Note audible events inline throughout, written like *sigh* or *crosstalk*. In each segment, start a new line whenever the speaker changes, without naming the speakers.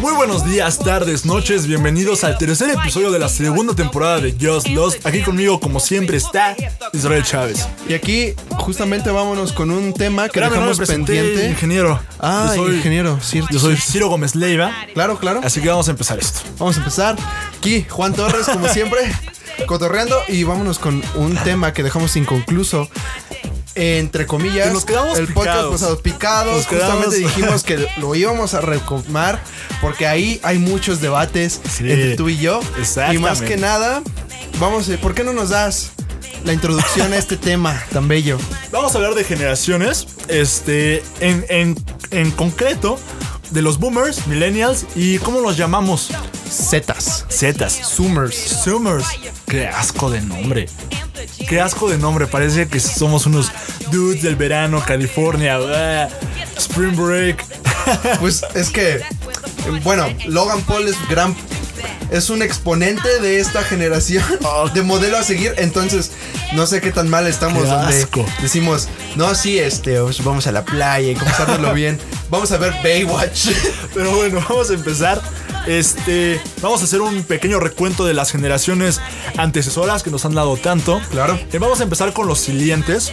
Muy buenos días, tardes, noches, bienvenidos al tercer episodio de la segunda temporada de Just Lost. Aquí conmigo, como siempre, está Israel Chávez.
Y aquí justamente vámonos con un tema que
Espérame, no me
dejamos
presenté,
pendiente.
Ingeniero.
Ah,
yo soy,
ingeniero, cierto.
Yo soy Ciro Gómez Leiva.
Claro, claro.
Así que vamos a empezar esto.
Vamos a empezar. Aquí, Juan
*laughs*
Torres, como siempre, cotorreando. Y vámonos con un tema que dejamos inconcluso. Entre comillas,
Que nos quedamos
el podcast
picados.
pasado picados.
Nos quedamos-
Justamente dijimos
*laughs*
que lo íbamos a recomar porque ahí hay muchos debates
Sí.
entre tú y yo. Y más
Exactamente.
que nada, vamos, a- ¿por qué no nos das la introducción a este tema tan bello?
Vamos a hablar de generaciones, este, en, en, en concreto, de los boomers, millennials y cómo los llamamos.
Zetas,
Zetas.
Zoomers.
Zoomers. Qué asco de nombre. Qué asco de nombre. Parece que somos unos dudes del verano, California. ah, Spring Break.
Pues es que, eh, bueno, Logan Paul es gran. Es un exponente de esta *laughs* generación de modelo a seguir. Entonces, no sé qué tan mal estamos
Qué
donde
asco.
decimos, no, sí, este, pues, vamos a la playa y comenzárnoslo *laughs* bien. Vamos a ver Baywatch.
Pero bueno, *laughs* vamos a empezar. Este, vamos a hacer un pequeño recuento de las generaciones antecesoras que nos han dado tanto.
Claro.
Eh, vamos a empezar con los silientes.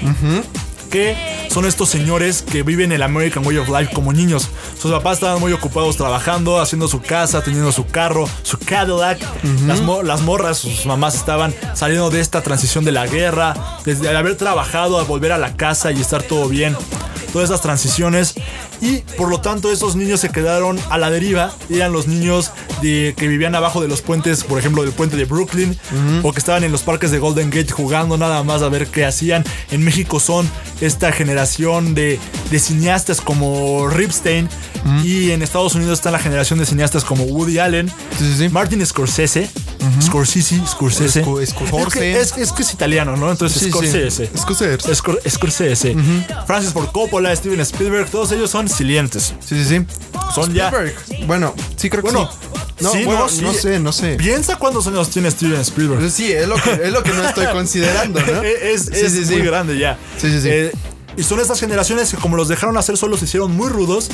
Que son estos señores que viven el American Way of Life como niños. Sus papás estaban muy ocupados trabajando, haciendo su casa, teniendo su carro, su Cadillac. las, mo- las morras, sus mamás estaban saliendo de esta transición de la guerra, desde el haber trabajado a volver a la casa y estar todo bien todas esas transiciones y por lo tanto esos niños se quedaron a la deriva eran los niños de, que vivían abajo de los puentes por ejemplo del puente de Brooklyn o que estaban en los parques de Golden Gate jugando nada más a ver qué hacían en México son esta generación de, de cineastas como Ripstein y en Estados Unidos está la generación de cineastas como Woody Allen
Sí, sí, sí.
Martin Scorsese Scorsese Scorsese
Sco-
es que,
Scorsese.
es, es que es italiano no entonces Scorsese
Scorsese.
Scor- Scorsese, Francis Ford Coppola, Steven Spielberg, todos ellos son silientes.
Sí, sí, sí.
Son ya.
Spielberg. Bueno, sí, creo que
Bueno,
sí. No,
sí,
bueno,
no, sí.
no sé, no sé.
Piensa cuántos años tiene Steven Spielberg. Eh,
Pues sí, es lo que, es lo que no estoy considerando, *laughs* ¿no?
es
Sí,
es
sí, sí.
muy grande ya.
Sí, sí, sí.
Eh, y son estas generaciones que como los dejaron hacer solos se hicieron muy rudos.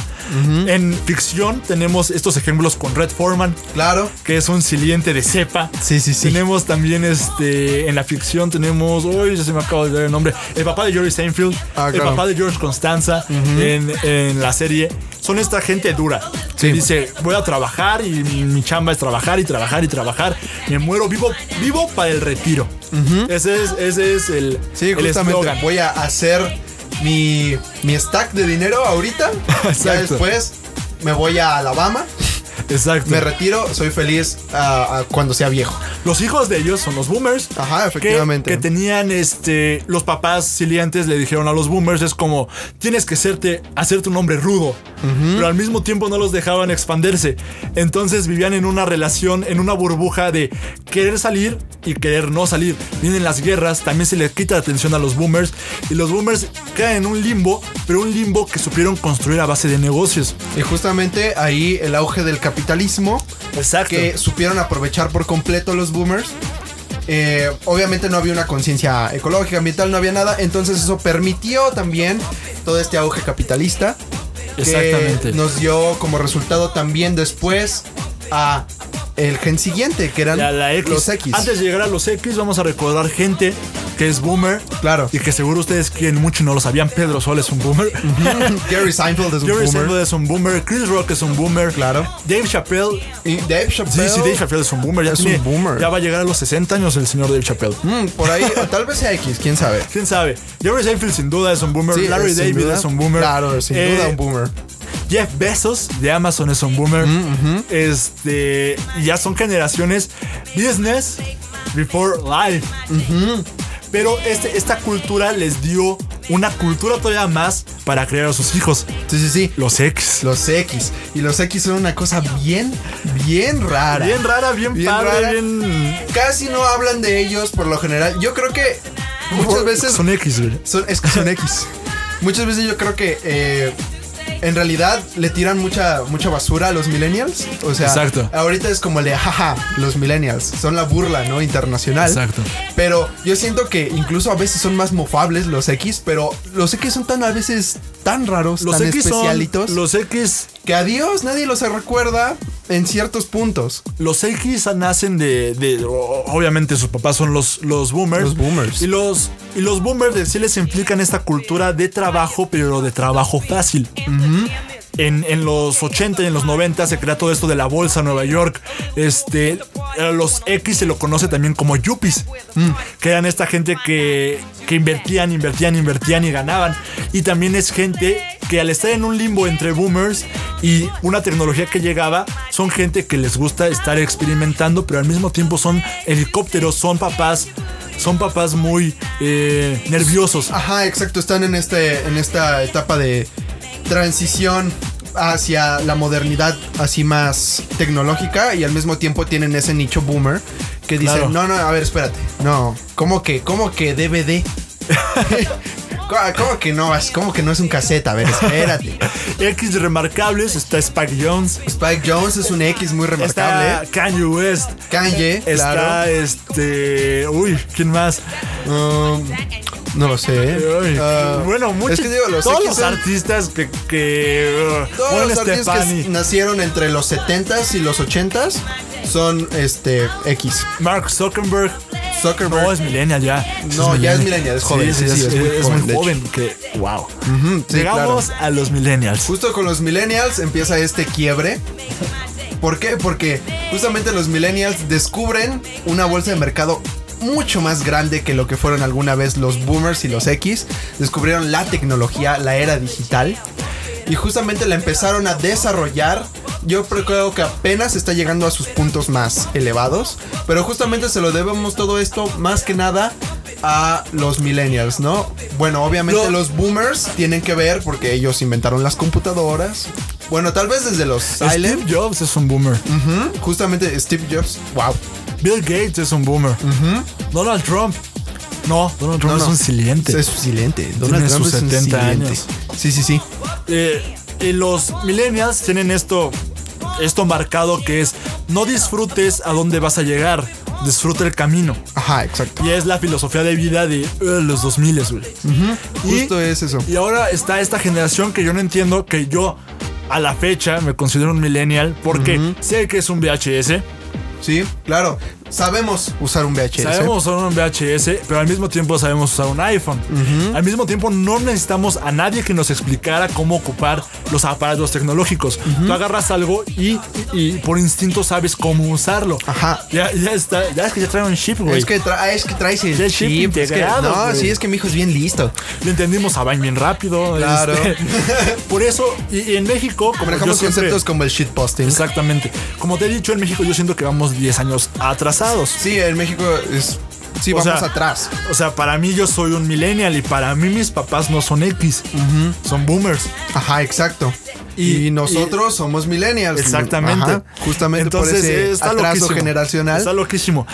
En ficción tenemos estos ejemplos con Red Foreman,
Claro.
que es un siliente de cepa.
Sí, sí, sí.
Tenemos también este en la ficción tenemos, uy, ya se me acaba de dar el nombre, el papá de Jerry Seinfeld,
Ah,
el
claro.
papá de George Constanza en, en la serie. Son esta gente dura.
Sí.
que Dice, voy a trabajar y mi, mi chamba es trabajar y trabajar y trabajar. Me muero vivo, vivo para el retiro. Ese es, ese es el,
Sí,
el
justamente
eslogan.
voy a hacer mi, mi stack de
*laughs*
dinero ahorita. ya
Exacto.
después me voy a Alabama,
Exacto.
me retiro, soy feliz ah, ah, cuando sea viejo.
Los hijos de ellos son los boomers.
Ajá,
que-
efectivamente.
Que, tenían este. Los papás silientes le dijeron a los boomers: es como tienes que serte, hacerte un hombre rudo. Pero al mismo tiempo no los dejaban expandirse. Entonces vivían en una relación, en una burbuja de querer salir y querer no salir. Vienen las guerras, también se les quita la atención a los boomers. Y los boomers caen en un limbo, pero un limbo que supieron construir a base de negocios.
Y justamente ahí el auge del capitalismo
Exacto.
que supieron aprovechar por completo los boomers. Eh, obviamente no había una conciencia ecológica, ambiental, no había nada. Entonces eso permitió también todo este auge capitalista. que
Exactamente.
nos dio como resultado también después a el gen siguiente, que eran
La, la X.
Ah,
Ah,
los X.
Antes de llegar a los X, vamos a recordar gente que es boomer.
Claro.
Y que seguro ustedes quieren mucho y no lo sabían. Pedro Sol es un
*laughs*
boomer.
Gary Seinfeld es un
Jerry
boomer.
Seinfeld es un boomer. Chris Rock es un boomer.
Claro.
Dave Chappelle.
Y Dave
Sí,
Chappelle.
sí, Dave Chappelle es un boomer. Ya
es un
tiene-
boomer.
Ya va a llegar a los 60 años el señor Dave Chappelle.
Mm, por ahí, o tal vez sea X, quién sabe.
¿Quién sabe? Jerry Seinfeld sin duda es un boomer.
Sí,
Larry
sin
David
duda.
es un boomer.
Claro, sin
Eh,
duda un boomer.
Jeff Bezos de Amazon es un boomer. Este. Ya son generaciones business before life. Pero este, esta cultura les dio una cultura todavía más para crear a sus hijos.
Sí, sí, sí.
Los ex.
Los X. Y los X son una cosa bien, bien rara.
Bien rara, bien,
Bien
padre,
rara.
bien.
Casi no hablan de ellos por lo general. Yo creo que muchas veces
Son X, güey.
Son, es que son X. Muchas veces yo creo que eh, en realidad le tiran mucha, mucha basura a los millennials. O sea,
Exacto.
ahorita es como le jaja, los millennials. Son la burla, ¿no? Internacional.
Exacto.
Pero yo siento que incluso a veces son más mofables los X, pero los X son tan a veces tan raros,
Los
tan
X son.
especialitos.
Los X.
Que adiós, nadie los recuerda. en ciertos puntos.
Los X nacen de, de- o- Obviamente sus papás son los, los boomers.
Los boomers.
Y los, y los boomers de- sí les implican esta cultura de trabajo, pero de trabajo fácil. En, en los 80 y en los 90 se crea todo esto de la bolsa en Nueva York. Este, a los X se lo conoce también como yuppies, mm, que eran esta gente que, que invertían, invertían, invertían y ganaban. Y también es gente que al estar en un limbo entre boomers y una tecnología que llegaba, son gente que les gusta estar experimentando, pero al mismo tiempo son helicópteros, son papás, son papás muy eh,
*laughs*
nerviosos.
Ajá, exacto, están en este en esta etapa de transición hacia la modernidad así más tecnológica y al mismo tiempo tienen ese nicho boomer que
Claro.
dicen, "No, no, a ver, espérate. No, ¿cómo que cómo que
*laughs*
DVD? ¿Cómo- ¿Cómo que no? Es- ¿Cómo que no es un cassette? A ver, espérate.
X remarcables, está Spike Jones,
Spike Jones es un X muy remarcable.
está Kanye West.
Kanye,
Está
claro.
este. Uy, ¿quién más?
Um, no lo sé.
Uy,
Ah,
bueno, muchos.
es que digo, los
todos
X
los
son-
artistas que. que uh,
Todos
Gwen
los artistas
Stefani,
que nacieron entre los 70s y los 80s son este X.
Mark Zuckerberg.
Zuckerberg.
No, es millennial ya.
No, ya es millennial, es joven,
Sí, sí, sí, es, es muy joven. Que, wow.
sí,
Llegamos a los millennials.
Justo con los millennials empieza este quiebre. ¿Por qué? Porque justamente los millennials descubren una bolsa de mercado mucho más grande que lo que fueron alguna vez los boomers y los X. Descubrieron la tecnología, la era digital. Y justamente la empezaron a desarrollar. Yo creo que apenas está llegando a sus puntos más elevados. Pero justamente se lo debemos todo esto más que nada a los millennials, ¿no? Bueno, obviamente
Lo-
los boomers tienen que ver porque ellos inventaron las computadoras. Bueno, tal vez desde los silent.
Steve Jobs es un boomer.
Ujú, Justamente Steve Jobs. Wow.
Bill Gates es un boomer. Donald Trump. No, Donald Trump
No,
es
no.
un silente.
Es un silente. Donald
Tiene
Trump
sus
es un
70
silente.
años.
Sí, sí, sí.
Eh, y los millennials tienen esto, esto marcado que es no disfrutes a dónde vas a llegar, disfruta el camino.
Ajá, exacto.
Y es la filosofía de vida de eh, los 2000, güey. Y-
Justo es eso.
Y ahora está esta generación que yo no entiendo que yo a la fecha me considero un millennial porque sé que es un VHS,
Sí, claro. Sabemos usar un VHS.
sabemos usar un VHS, pero al mismo tiempo sabemos usar un iPhone. Al mismo tiempo no necesitamos a nadie que nos explicara cómo ocupar los aparatos tecnológicos. Tú agarras algo y, y por instinto sabes cómo usarlo.
Ajá.
Ya, ya está, ya es que ya trae un chip, güey.
Es que, tra- ah, es que traes el
Ya
chip.
el chip
es que-
integrado,
no,
güey.
sí, es que mi hijo es bien listo.
Le entendimos a Vine bien rápido. este,
Claro. *laughs*
por eso, y, y en México, como yo
Manejamos
siempre-
conceptos como el shitposting.
Exactamente. Como te he dicho, en México yo siento que vamos 10 años atrasados.
Sí, en México es. Sí,
O
vamos
sea,
atrás.
O sea, para mí yo soy un millennial y para mí mis papás no son X, son boomers.
Ajá, exacto.
Y-
Y, nosotros somos millennials.
Exactamente.
Ajá, justamente por
Entonces,
ese
está
atraso
loquísimo.
generacional.
Está loquísimo.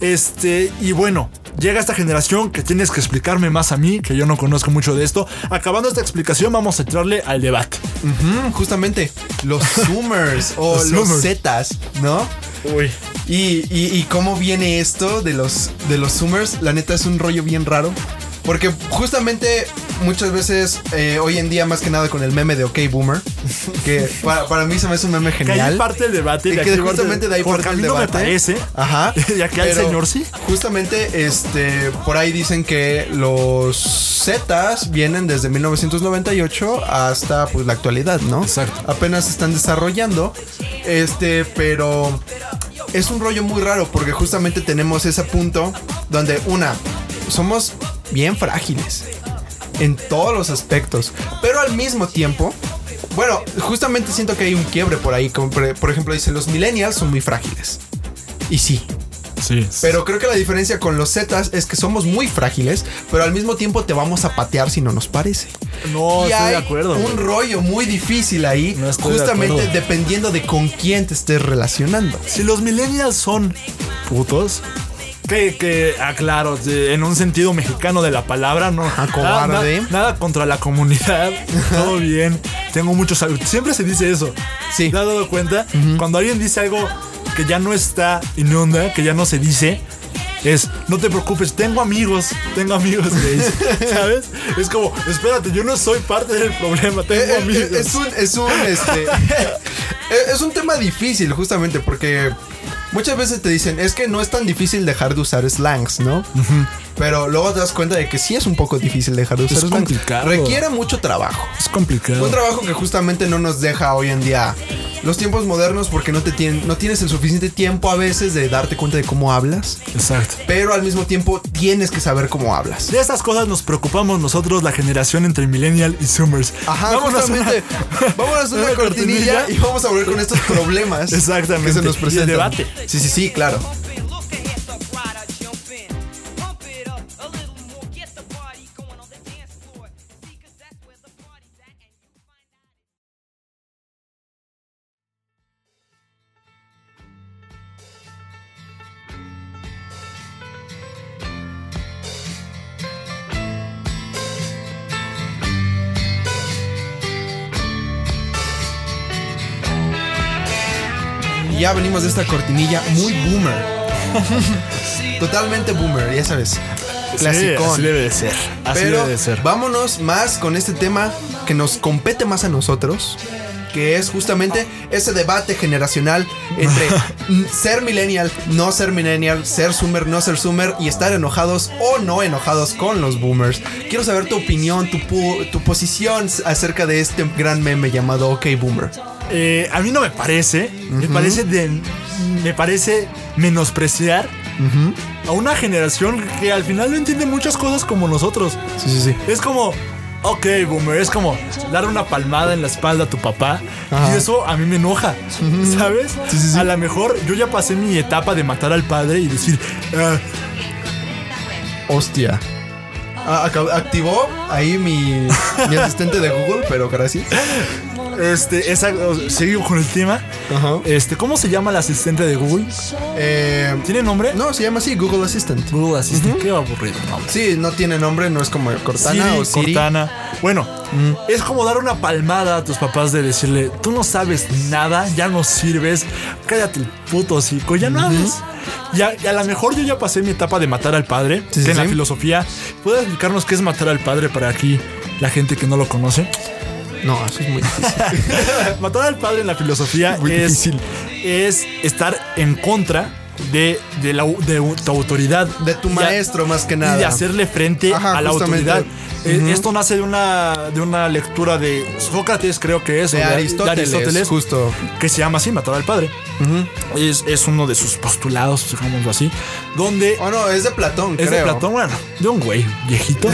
Este, y bueno, llega esta generación que tienes que explicarme más a mí, que yo no conozco mucho de esto. Acabando esta explicación, vamos a entrarle al debate.
Ujú, justamente *laughs* los Zoomers o
Los
los,
Zoomers.
Zetas, ¿no?
Uy.
Y, y- y cómo viene esto de los, de los Zoomers, la neta es un rollo bien raro. Porque justamente muchas veces, eh, hoy en día más que nada con el meme de OK
*laughs*
Boomer, que para, para mí se me hace un meme
Que ahí
genial.
parte el debate.
Y
de
que
aquí
justamente de ahí
porque
parte
a mí
el
no me
debate.
parece. *laughs*
Ajá.
Y aquí al
Pero
señor sí.
Justamente, este, por ahí dicen que los Zetas vienen desde 1998 hasta pues la actualidad, ¿no?
Exacto.
Apenas están desarrollando, este, pero es un rollo muy raro porque justamente tenemos ese punto donde una somos bien frágiles en todos los aspectos, pero al mismo tiempo bueno, justamente siento que hay un quiebre por ahí. como por por ejemplo, dice, los millennials son muy frágiles. Y sí,
Sí.
pero creo que la diferencia con los Zetas es que somos muy frágiles, pero al mismo tiempo te vamos a patear si no nos parece.
no
y
Oh, estoy
hay
de acuerdo.
un
güey.
rollo muy difícil ahí,
No estoy de
justamente
acuerdo.
dependiendo de con quién te estés relacionando.
Si los millennials son putos, que, que aclaro, de- en un sentido mexicano de la palabra, no.
Ajá,
Nada-
cobarde.
Nada, nada contra la comunidad, todo bien. Tengo muchos. am- Siempre se dice eso.
Sí.
¿Te has dado cuenta? Cuando alguien dice algo que ya no está inunda, que ya no se dice. Es, no te preocupes, tengo amigos, tengo amigos,
*laughs*
gays", ¿sabes? Es como, espérate, yo no soy parte del problema, tengo
Eh, eh,
amigos.
*laughs* Es un, es un, este, e- Es un tema difícil justamente porque muchas veces te dicen, es que no es tan difícil dejar de usar slangs, ¿no? Pero luego te das cuenta de que sí es un poco difícil dejar de usar slangs.
complicado.
Requiere mucho trabajo.
Es complicado.
Un trabajo que justamente no nos deja hoy en día los tiempos modernos porque no, te tienen, no tienes el suficiente tiempo a veces de darte cuenta de cómo hablas.
Exacto.
Pero al mismo tiempo tienes que saber cómo hablas.
De estas cosas nos preocupamos nosotros, la generación entre millennial y zoomers.
Ajá,
Vamos a hacer una-
justamente.
*laughs*
Vamos a hacer una cortinilla y vamos a volver con
*laughs*
estos problemas
Exactamente.
que se nos
Y el
presentan.
debate.
Sí, sí, sí, claro.
Bump it, look ahead, the ride I jump in. Pump it up a little more, get the party going on the dance floor. See, 'cause that's where the party's at, and you find out.
Y ya venimos de esta cortinilla muy boomer.
*laughs*
Totalmente boomer, ya sabes.
Sí,
Clasicón.
así debe de ser. Así
Pero
debe de ser.
vámonos más con este tema que nos compete más a nosotros, que es justamente ese debate generacional *laughs* entre mm, ser millennial, no ser millennial, ser zoomer, no ser zoomer y estar enojados o no enojados con los boomers. Quiero saber tu opinión, tu, pu- tu posición acerca de este gran meme llamado OK Boomer.
Eh, a mí no me parece. Me parece de. Me parece menospreciar a una generación que al final no entiende muchas cosas como nosotros.
Sí, sí, sí.
Es como. Ok, boomer, es como darle una palmada en la espalda a tu papá.
Ajá.
Y eso a mí me enoja, ¿sabes?
Sí, sí, sí.
A lo mejor yo ya pasé mi etapa de matar al padre y decir, "Ah,
Hostia. Ah, acab- activó ahí mi, mi asistente de Google, pero gracias.
este, esa, sigo con el tema.
Ajá.
Este, ¿cómo se llama la asistente de Google?
Eh,
¿Tiene nombre?
no, se llama así Google Assistant.
Google Assistant, qué aburrido. No.
Sí, no tiene nombre, no es como Cortana
Siri,
o Siri. Mm.
Cortana. Bueno, es como dar una palmada a tus papás de decirle, tú no sabes nada, ya no sirves, cállate el puto hocico, ya no hables. Y a, y a lo mejor yo ya pasé mi etapa de matar al padre,
Sí,
que
sí,
en la
sí.
filosofía. ¿Puedes explicarnos qué es matar al padre para aquí la gente que no lo conoce?
No, eso es muy difícil. *laughs*
Matar al padre en la filosofía
Muy
es,
difícil.
es estar en contra de, de la, u- de u- tu autoridad.
De tu
Y a-
maestro, más que nada.
Y de hacerle frente
Ajá,
a la
justamente.
autoridad. Eh, Esto nace de una, de una lectura de Sócrates, creo que es, o
de Aristóteles,
Aristóteles,
justo.
que se llama así, Matar al Padre. es, es uno de sus postulados, digámoslo así, donde
Oh, no, es de Platón,
es de
creo.
Platón, bueno, de un güey viejito,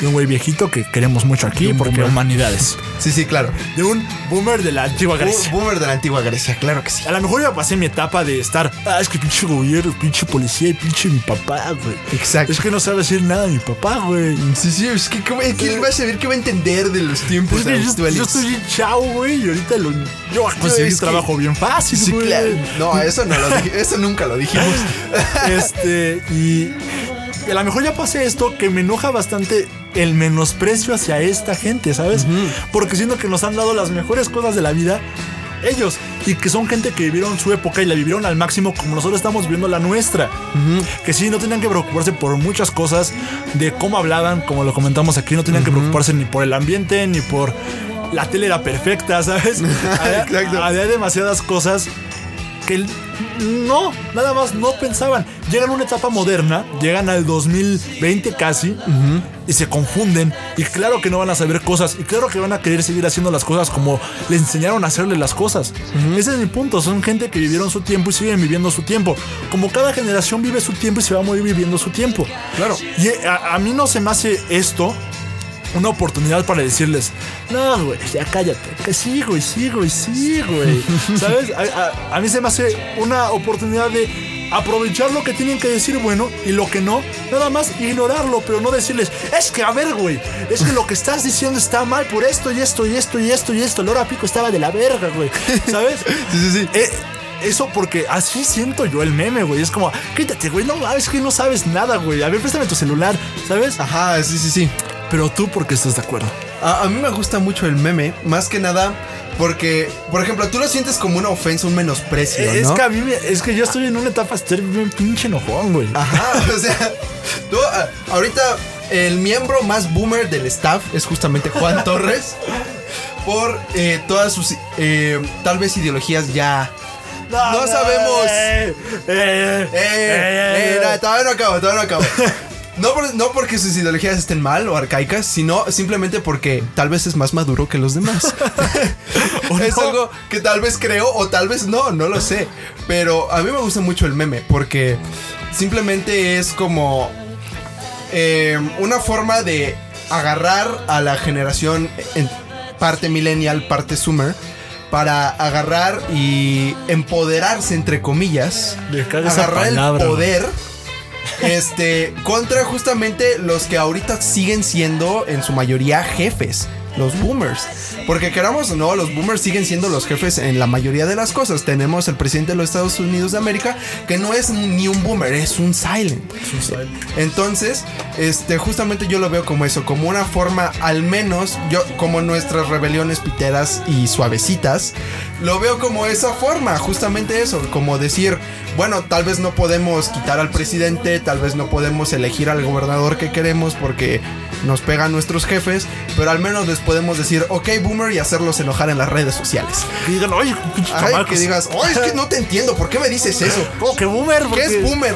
de un güey viejito que queremos mucho aquí,
un
porque
boomer.
humanidades.
Sí, sí, claro.
De un boomer de la antigua Grecia.
Bu- Boomer de la antigua Grecia, claro que sí.
A lo mejor ya pasé mi etapa de estar, ah, es que pinche gobierno, pinche policía y pinche mi papá, güey.
Exacto.
Es que no sabe decir nada de mi papá, güey.
Sí, sí, es que ¿cómo- ¿qué va a saber qué va a entender de los tiempos
Es que Pues, yo,
actuales?
yo estoy bien chao, güey, y ahorita lo, yo voy a conseguir
es que-
trabajo bien fácil,
Sí,
güey.
claro. No, eso no lo dije, eso nunca lo dijimos.
*laughs* Este, y, y a lo mejor ya pasé esto que me enoja bastante el menosprecio hacia esta gente, ¿sabes? Porque siento que nos han dado las mejores cosas de la vida ellos y que son gente que vivieron su época y la vivieron al máximo como nosotros estamos viviendo la nuestra. Que sí, no tenían que preocuparse por muchas cosas de cómo hablaban, como lo comentamos aquí, no tenían que preocuparse ni por el ambiente, ni por... La tele era perfecta, ¿sabes? Había-
Exacto.
había demasiadas cosas que el- no, nada más no pensaban. Llegan a una etapa moderna, llegan al 2020 casi, y se confunden. Y claro que no van a saber cosas, y claro que van a querer seguir haciendo las cosas como le enseñaron a hacerle las cosas. Ese es mi punto, son gente que vivieron su tiempo y siguen viviendo su tiempo. Como cada generación vive su tiempo y se va a morir viviendo su tiempo.
Claro.
Y eh, a, a mí no se me hace esto una oportunidad para decirles, no, güey, ya cállate, que sí, güey, sí, güey, sí, *laughs* güey. ¿Sabes? A, a- a mí se me hace una oportunidad de aprovechar lo que tienen que decir bueno y lo que no, nada más ignorarlo, pero no decirles, es que, a ver, güey, es que lo que estás diciendo está mal por esto y esto y esto y esto y esto. El hora pico estaba de la verga, güey. ¿Sabes? *laughs*
Sí, sí, sí.
Eh, eso porque así siento yo el meme, güey. Es como, quítate, güey, no mames, que no sabes nada, güey. A ver, préstame tu celular, ¿sabes?
Ajá, sí, sí, sí.
Pero tú porque estás de acuerdo.
A, a mí me gusta mucho el meme, más que nada porque, por ejemplo, tú lo sientes como una ofensa, un menosprecio,
Eh, Es
¿no?
que a mí, me- es que yo estoy en una etapa de estar bien pinche enojón, güey.
Ah, Ajá, o sea, tú, ah, ahorita el miembro más boomer del staff es justamente Juan Torres. por eh, todas sus eh, tal vez ideologías ya. No sabemos.
eh, eh, eh,
Eh, eh,
eh,
no, todavía no acabo, todavía no acabo. No, por- no porque sus ideologías estén mal o arcaicas, sino simplemente porque tal vez es más maduro que los demás.
¿O *laughs*
*laughs* es
no?
algo que tal vez creo o tal vez no, no lo sé. Pero a mí me gusta mucho el meme porque simplemente es como eh, una forma de agarrar a la generación en parte millennial, parte summer, para agarrar y empoderarse, entre comillas,
Me caga esa
agarrar
palabra.
el poder. Este, contra justamente los que ahorita siguen siendo en su mayoría jefes, los boomers. Porque queramos o no, los boomers siguen siendo los jefes en la mayoría de las cosas. Tenemos el presidente de los Estados Unidos de América, que no es ni un boomer, es un silent. Entonces, este, justamente yo lo veo como eso, como una forma, al menos, yo, como nuestras rebeliones piteras y suavecitas, lo veo como esa forma, justamente eso, como decir, bueno, tal vez no podemos quitar al presidente, tal vez no podemos elegir al gobernador que queremos porque nos pegan nuestros jefes, pero al menos les podemos decir, ok, boomer, y hacerlos enojar en las redes sociales.
Que digan, oye, pinche
Ay,
chamacos".
que digas, oh,
*laughs*
es que no te entiendo, ¿por qué me *laughs* dices eso?
¿Cómo que Oh, boomer?
¿Qué es
Porque-
*laughs* boomer?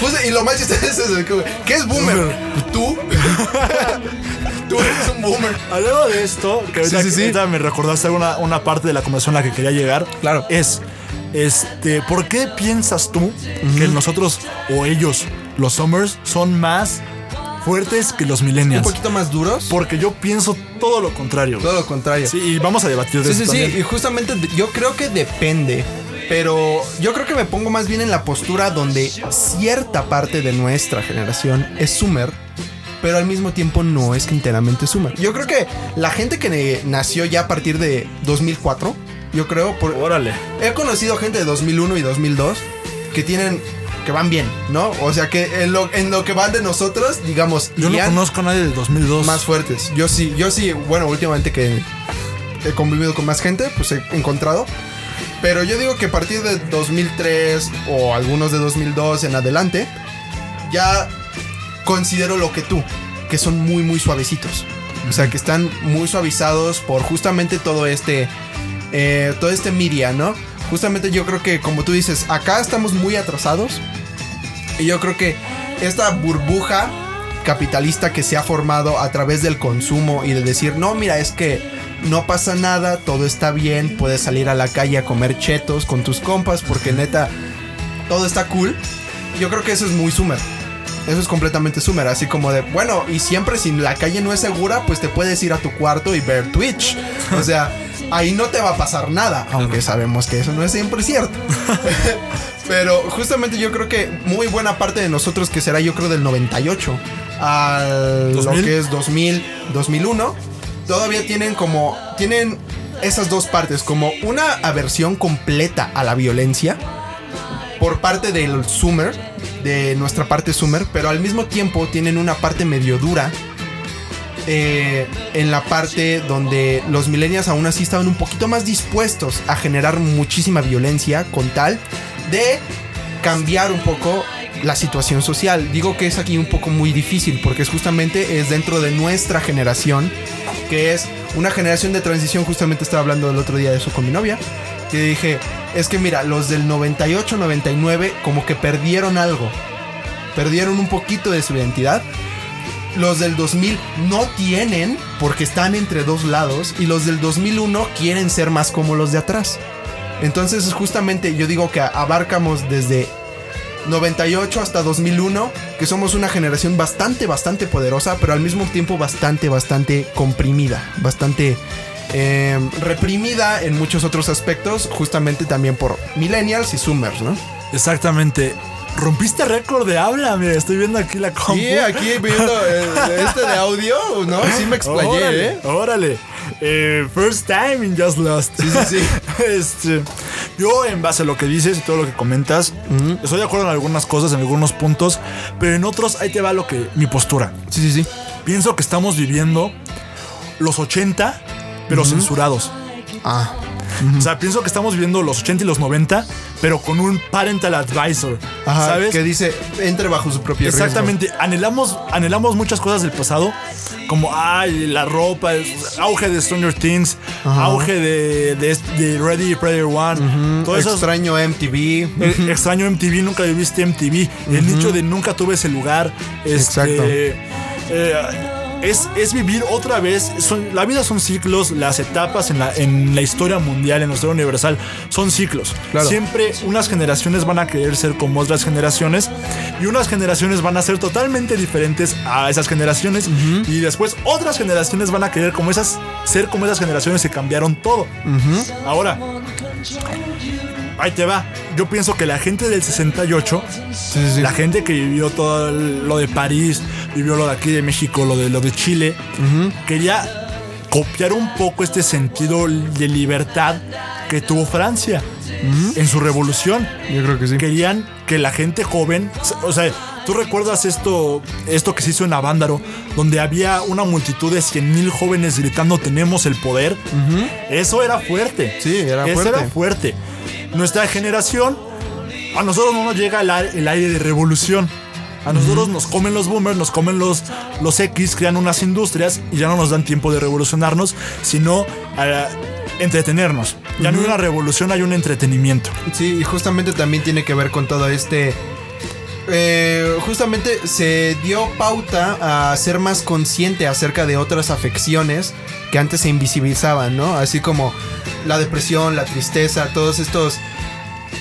Justo- y lo más chistoso es eso, que- ¿Qué es boomer? ¿Tú? *laughs* Tú eres un boomer.
Hablando de esto, que ahorita,
Sí, sí, sí.
ahorita me recordaste una, una parte de la conversación a la que quería llegar.
Claro.
Es, este, ¿por qué piensas tú que nosotros o ellos, los Summers, son más fuertes que los
Un
Millennials?
poquito más duros.
Porque yo pienso todo lo contrario.
todo lo contrario.
Sí, y vamos a debatir de
Sí,
eso
sí, sí.
también.
Y justamente de- yo creo que depende. Pero yo creo que me pongo más bien en la postura donde cierta parte de nuestra generación es Summer, pero al mismo tiempo no es que enteramente Summer. Yo creo que la gente que ne- nació ya a partir de 2004, yo creo, por,
Órale.
He conocido gente de 2001 y 2002 que tienen que van bien, ¿no? O sea que en lo, en lo que van de nosotros, digamos,
Yo no
irían
conozco a nadie del 2002.
más fuertes. Yo sí, yo sí, bueno, últimamente que he convivido con más gente, pues he encontrado. Pero yo digo que a partir de 2003 o algunos de 2002 en adelante, ya considero lo que tú, que son muy, muy suavecitos. O sea, que están muy suavizados por justamente todo este, eh, todo este media, ¿no? Justamente yo creo que, como tú dices, acá estamos muy atrasados. Y yo creo que esta burbuja capitalista que se ha formado a través del consumo y de decir, no, mira, es que no pasa nada, todo está bien, puedes salir a la calle a comer chetos con tus compas porque neta, todo está cool. Yo creo que eso es muy Summer. Eso es completamente Summer, así como de, bueno, y siempre si la calle no es segura, pues te puedes ir a tu cuarto y ver Twitch. O sea, ahí no te va a pasar nada, aunque sabemos que eso no es siempre cierto. Pero justamente yo creo que muy buena parte de nosotros, que será yo creo del 98 al lo
2000.
que es 2000, 2001, todavía tienen como, tienen esas dos partes, como una aversión completa a la violencia por parte del Summer, de nuestra parte Summer, pero al mismo tiempo tienen una parte medio dura. eh, en la parte donde los millennials aún así estaban un poquito más dispuestos a generar muchísima violencia con tal de cambiar un poco la situación social. Digo que es aquí un poco muy difícil porque es justamente es dentro de nuestra generación, que es una generación de transición, justamente estaba hablando el otro día de eso con mi novia, que dije, es que mira, los del 98, 99 como que perdieron algo, perdieron un poquito de su identidad. Los del 2000 no tienen porque están entre dos lados y los del 2001 quieren ser más como los de atrás. Entonces justamente yo digo que abarcamos desde 98 hasta 2001, que somos una generación bastante, bastante poderosa, pero al mismo tiempo bastante, bastante comprimida, bastante eh, reprimida en muchos otros aspectos, justamente también por millennials y zoomers, ¿no?
Exactamente. Rompiste récord de habla, mira, estoy viendo aquí la compu.
Sí, aquí viendo eh, este de audio, ¿no? Sí
órale,
me explayé, ¿eh?
Órale. Eh, first time in Just Lost.
Sí, sí, sí.
*laughs* Este, yo en base a lo que dices y todo lo que comentas, estoy de acuerdo en algunas cosas, en algunos puntos, pero en otros ahí te va lo que mi postura.
Sí, sí, sí.
Pienso que estamos viviendo los 80, pero censurados.
Ah,
O sea, pienso que estamos viviendo los 80 y los 90, pero con un parental advisor.
Ajá,
¿Sabes?
Que dice, entre bajo su propio riesgo.
Exactamente, anhelamos, anhelamos muchas cosas del pasado, como ay, la ropa, el auge de Stranger Things, auge de, de, de Ready Player One, todo eso.
Extraño MTV.
Eh, extraño MTV, nunca viviste MTV. El nicho de nunca tuve ese lugar.
Exacto.
Este, eh, es, es vivir otra vez. Son, la vida son ciclos, las etapas en la, en la historia mundial, en la historia universal, son ciclos.
Claro.
Siempre unas generaciones van a querer ser como otras generaciones y unas generaciones van a ser totalmente diferentes a esas generaciones y después otras generaciones van a querer como esas, ser como esas generaciones que cambiaron todo. Ahora, Ahí te va. Yo pienso que la gente del 68,
Sí, sí, sí.
la gente que vivió todo el- lo de París, vivió lo de aquí de México, lo de, lo de Chile, quería copiar un poco este sentido de libertad que tuvo Francia en su revolución.
Yo creo que sí.
Querían que la gente joven, o sea, tú recuerdas esto, esto que se hizo en Avándaro, donde había una multitud de 100 mil jóvenes gritando tenemos el poder. Eso era fuerte.
Sí, era
Eso
fuerte.
era fuerte. Nuestra generación, a nosotros no nos llega el, ai- el aire de revolución. A nosotros nos comen los boomers, nos comen los, los X, crean unas industrias y ya no nos dan tiempo de revolucionarnos, sino a entretenernos. Ya no hay una revolución, hay un entretenimiento.
Sí, y justamente también tiene que ver con todo este. eh, justamente se dio pauta a ser más consciente acerca de otras afecciones que antes se invisibilizaban, ¿no? Así como la depresión, la tristeza, todos estos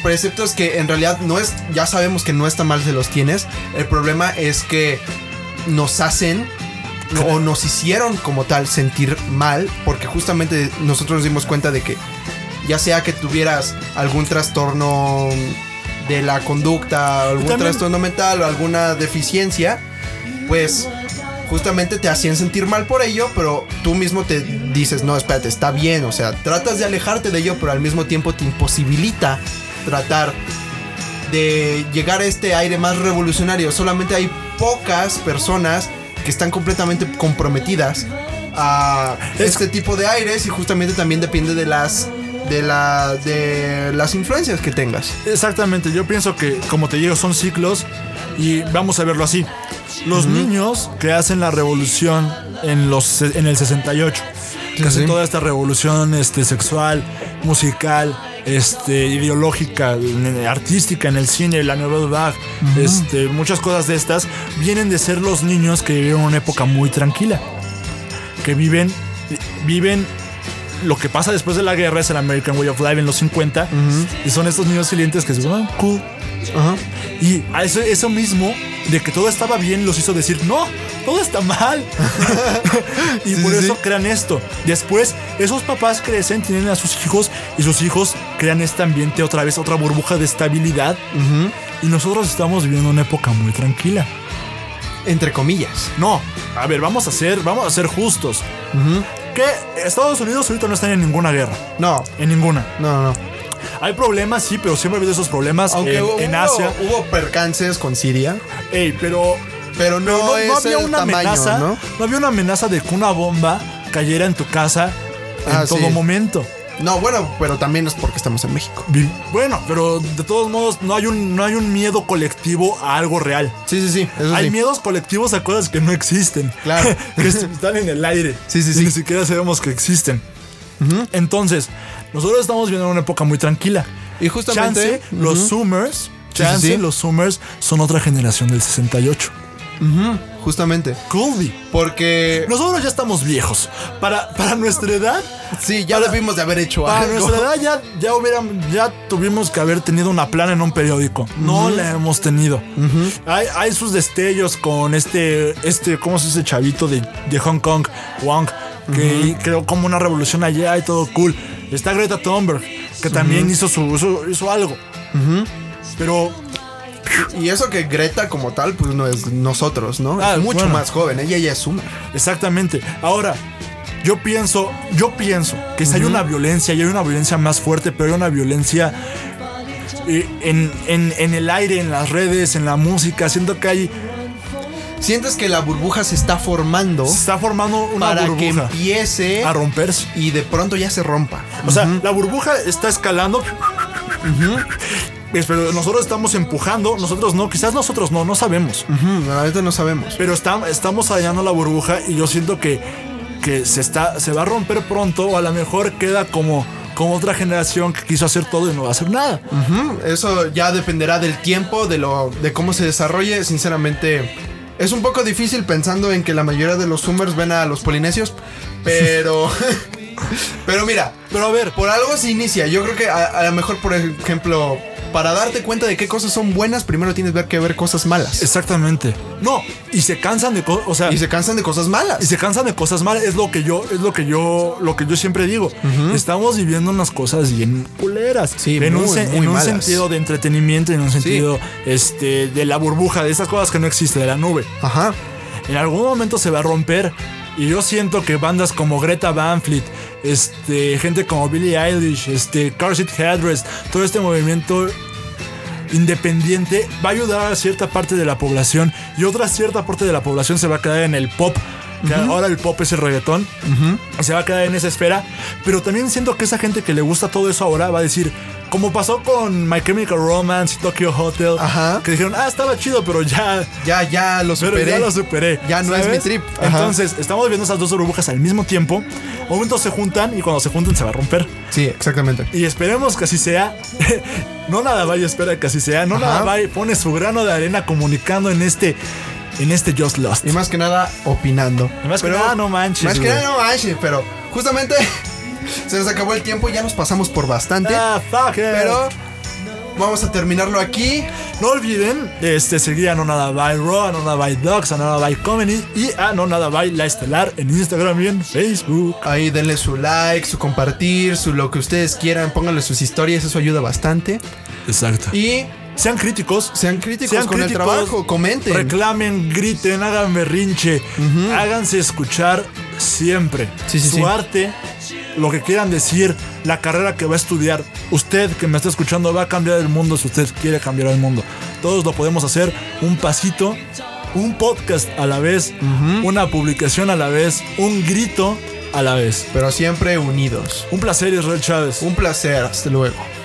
preceptos que en realidad no es, ya sabemos que no está mal se los tienes. El problema es que nos hacen o nos hicieron como tal sentir mal porque justamente nosotros nos dimos cuenta de que ya sea que tuvieras algún trastorno de la conducta, algún
también-
trastorno mental o alguna deficiencia, pues justamente te hacían sentir mal por ello, pero tú mismo te dices, no, espérate, está bien, o sea, tratas de alejarte de ello, pero al mismo tiempo te imposibilita tratar de llegar a este aire más revolucionario. Solamente hay pocas personas que están completamente comprometidas a
Es-
este tipo de aires y justamente también depende de las de la de las influencias que tengas.
Exactamente, yo pienso que como te digo son ciclos y vamos a verlo así. Los niños que hacen la revolución en los en el 68, que hacen
sí.
toda esta revolución este sexual, musical, este ideológica, en- artística en el cine, la nueva edad, este muchas cosas de estas vienen de ser los niños que vivieron una época muy tranquila, que viven viven lo que pasa después de la guerra es el American Way of Life en los 50 y son estos niños silentes que se llaman cool y a eso, eso mismo de que todo estaba bien los hizo decir no todo está
*laughs*
mal y
Sí,
por
sí,
eso
sí.
crean esto después esos papás crecen tienen a sus hijos y sus hijos crean este ambiente otra vez otra burbuja de estabilidad y nosotros estamos viviendo una época muy tranquila
Entre comillas.
no, a ver, vamos a ser, vamos a ser justos. Que Estados Unidos ahorita no está en ninguna guerra.
No,
En ninguna.
no, no. no.
Hay problemas, sí, pero siempre ha habido esos problemas
Aunque
en,
hubo,
en Asia.
hubo percances con Siria,
Ey, pero,
pero no,
pero no, no
es
había
el
una
tamaño,
amenaza.
¿no?
¿no? había una amenaza de que una bomba cayera en tu casa en
Ah,
todo
sí.
momento.
No, bueno, pero también es porque estamos en México.
Vi- Bueno, pero de todos modos no hay un, no hay un miedo colectivo a algo real.
Sí, sí, sí, eso
Hay
sí.
miedos colectivos a cosas que no existen.
Claro.
*laughs* que están en el aire.
Sí, sí,
Y
sí.
Ni siquiera sabemos que existen. Entonces, nosotros estamos viendo una época muy tranquila.
Y justamente
Chance, los Zoomers.
Sí, sí,
Chance,
sí.
los Zoomers son otra generación del 68.
justamente
Could be.
porque
Nosotros ya estamos viejos. Para, para nuestra edad.
sí, ya
para-
debimos de haber hecho
Para
algo.
nuestra edad ya, ya, hubieran- ya tuvimos que haber tenido una plana en un periódico. No la hemos tenido. hay, hay sus destellos con este, este ¿cómo se dice? Chavito de, de Hong Kong, Wong, que creó como una revolución allá y todo cool. Está Greta Thunberg, que también hizo, su, hizo, hizo algo. Pero
Y eso que Greta como tal, pues no es nosotros, ¿no?
Ah,
es mucho
bueno.
más joven, ella ya es una.
Exactamente. Ahora, yo pienso, yo pienso que si hay una violencia, y hay una violencia más fuerte, pero hay una violencia eh, en, en- en el aire, en las redes, en la música, siento que hay...
sientes que la burbuja se está formando
Se está formando una
Oh. para que
burbuja
empiece
a romperse.
y de pronto ya se rompa.
O sea, la burbuja está escalando. Es, Pero nosotros estamos empujando, nosotros no, quizás nosotros no, no sabemos.
Ujú, la neta no sabemos.
Pero está- estamos hallando la burbuja y yo siento que, que se, está, se va a romper pronto o a lo mejor queda como, como otra generación que quiso hacer todo y no va a hacer nada.
Ujú, Eso ya dependerá del tiempo, de lo, de cómo se desarrolle. Sinceramente, es un poco difícil pensando en que la mayoría de los Zoomers ven a los polinesios, pero, *laughs* pero mira,
Pero a ver,
por algo se inicia. Yo creo que a, a lo mejor, por ejemplo, para darte cuenta de qué cosas son buenas, primero tienes ver que ver cosas malas.
exactamente. No, y se cansan de cosas, o sea,
Y se cansan de cosas malas.
y se cansan de cosas malas, es lo que yo es lo que yo lo que yo siempre digo. Estamos viviendo unas cosas bien culeras,
Sí,
en un,
muy,
sen-
muy
en un
malas.
sentido de entretenimiento, en un sentido este de la burbuja, de esas cosas que no existen, de la nube.
Ajá.
En algún momento se va a romper y yo siento que bandas como Greta Van Fleet, este gente como Billie Eilish, este Car Seat Headrest, todo este movimiento independiente va a ayudar a cierta parte de la población y otra cierta parte de la población se va a quedar en el pop. que Ahora el pop es el reggaetón. y Se va a quedar en esa esfera. Pero también siento que esa gente que le gusta todo eso ahora va a decir, como pasó con My Chemical Romance y Tokyo Hotel,
Ajá.
que dijeron, ah, estaba chido, pero ya,
Ya, ya lo
pero
superé.
ya lo superé.
Ya no es mi trip. Ajá.
Entonces, estamos viendo esas dos burbujas al mismo tiempo. Momentos se juntan y cuando se juntan se va a romper.
Sí, exactamente.
Y esperemos que así sea. *laughs* no nada vaya, espera que así sea. No
Ajá.
nada vaya, pone su grano de arena comunicando en este, en este Just Lost.
Y más que nada opinando.
Y más que nada, no manches,
Más que
güey.
nada no manches, pero justamente *laughs* se nos acabó el tiempo, ya nos pasamos por bastante.
Ah, eh. fuck it.
pero vamos a terminarlo aquí.
no olviden este, seguir a No Nada By Raw, a No Nada By Dogs, a No Nada By Comedy y a No Nada By La Estelar en Instagram y en Facebook.
Ahí denle su like, su compartir, su lo que ustedes quieran, pónganle sus historias, eso ayuda bastante.
Exacto. Y
Y
sean críticos.
sean críticos con el trabajo, comenten.
Reclamen, griten, hagan berrinche. Háganse escuchar siempre.
Sí, sí,
Su
sí.
arte, lo que quieran decir, la carrera que va a estudiar. Usted que me está escuchando va a cambiar el mundo si usted quiere cambiar el mundo. Todos lo podemos hacer un pasito, un podcast a la vez, una publicación a la vez, un grito a la vez.
pero siempre unidos.
Un placer, Israel Chávez.
Un placer, hasta luego.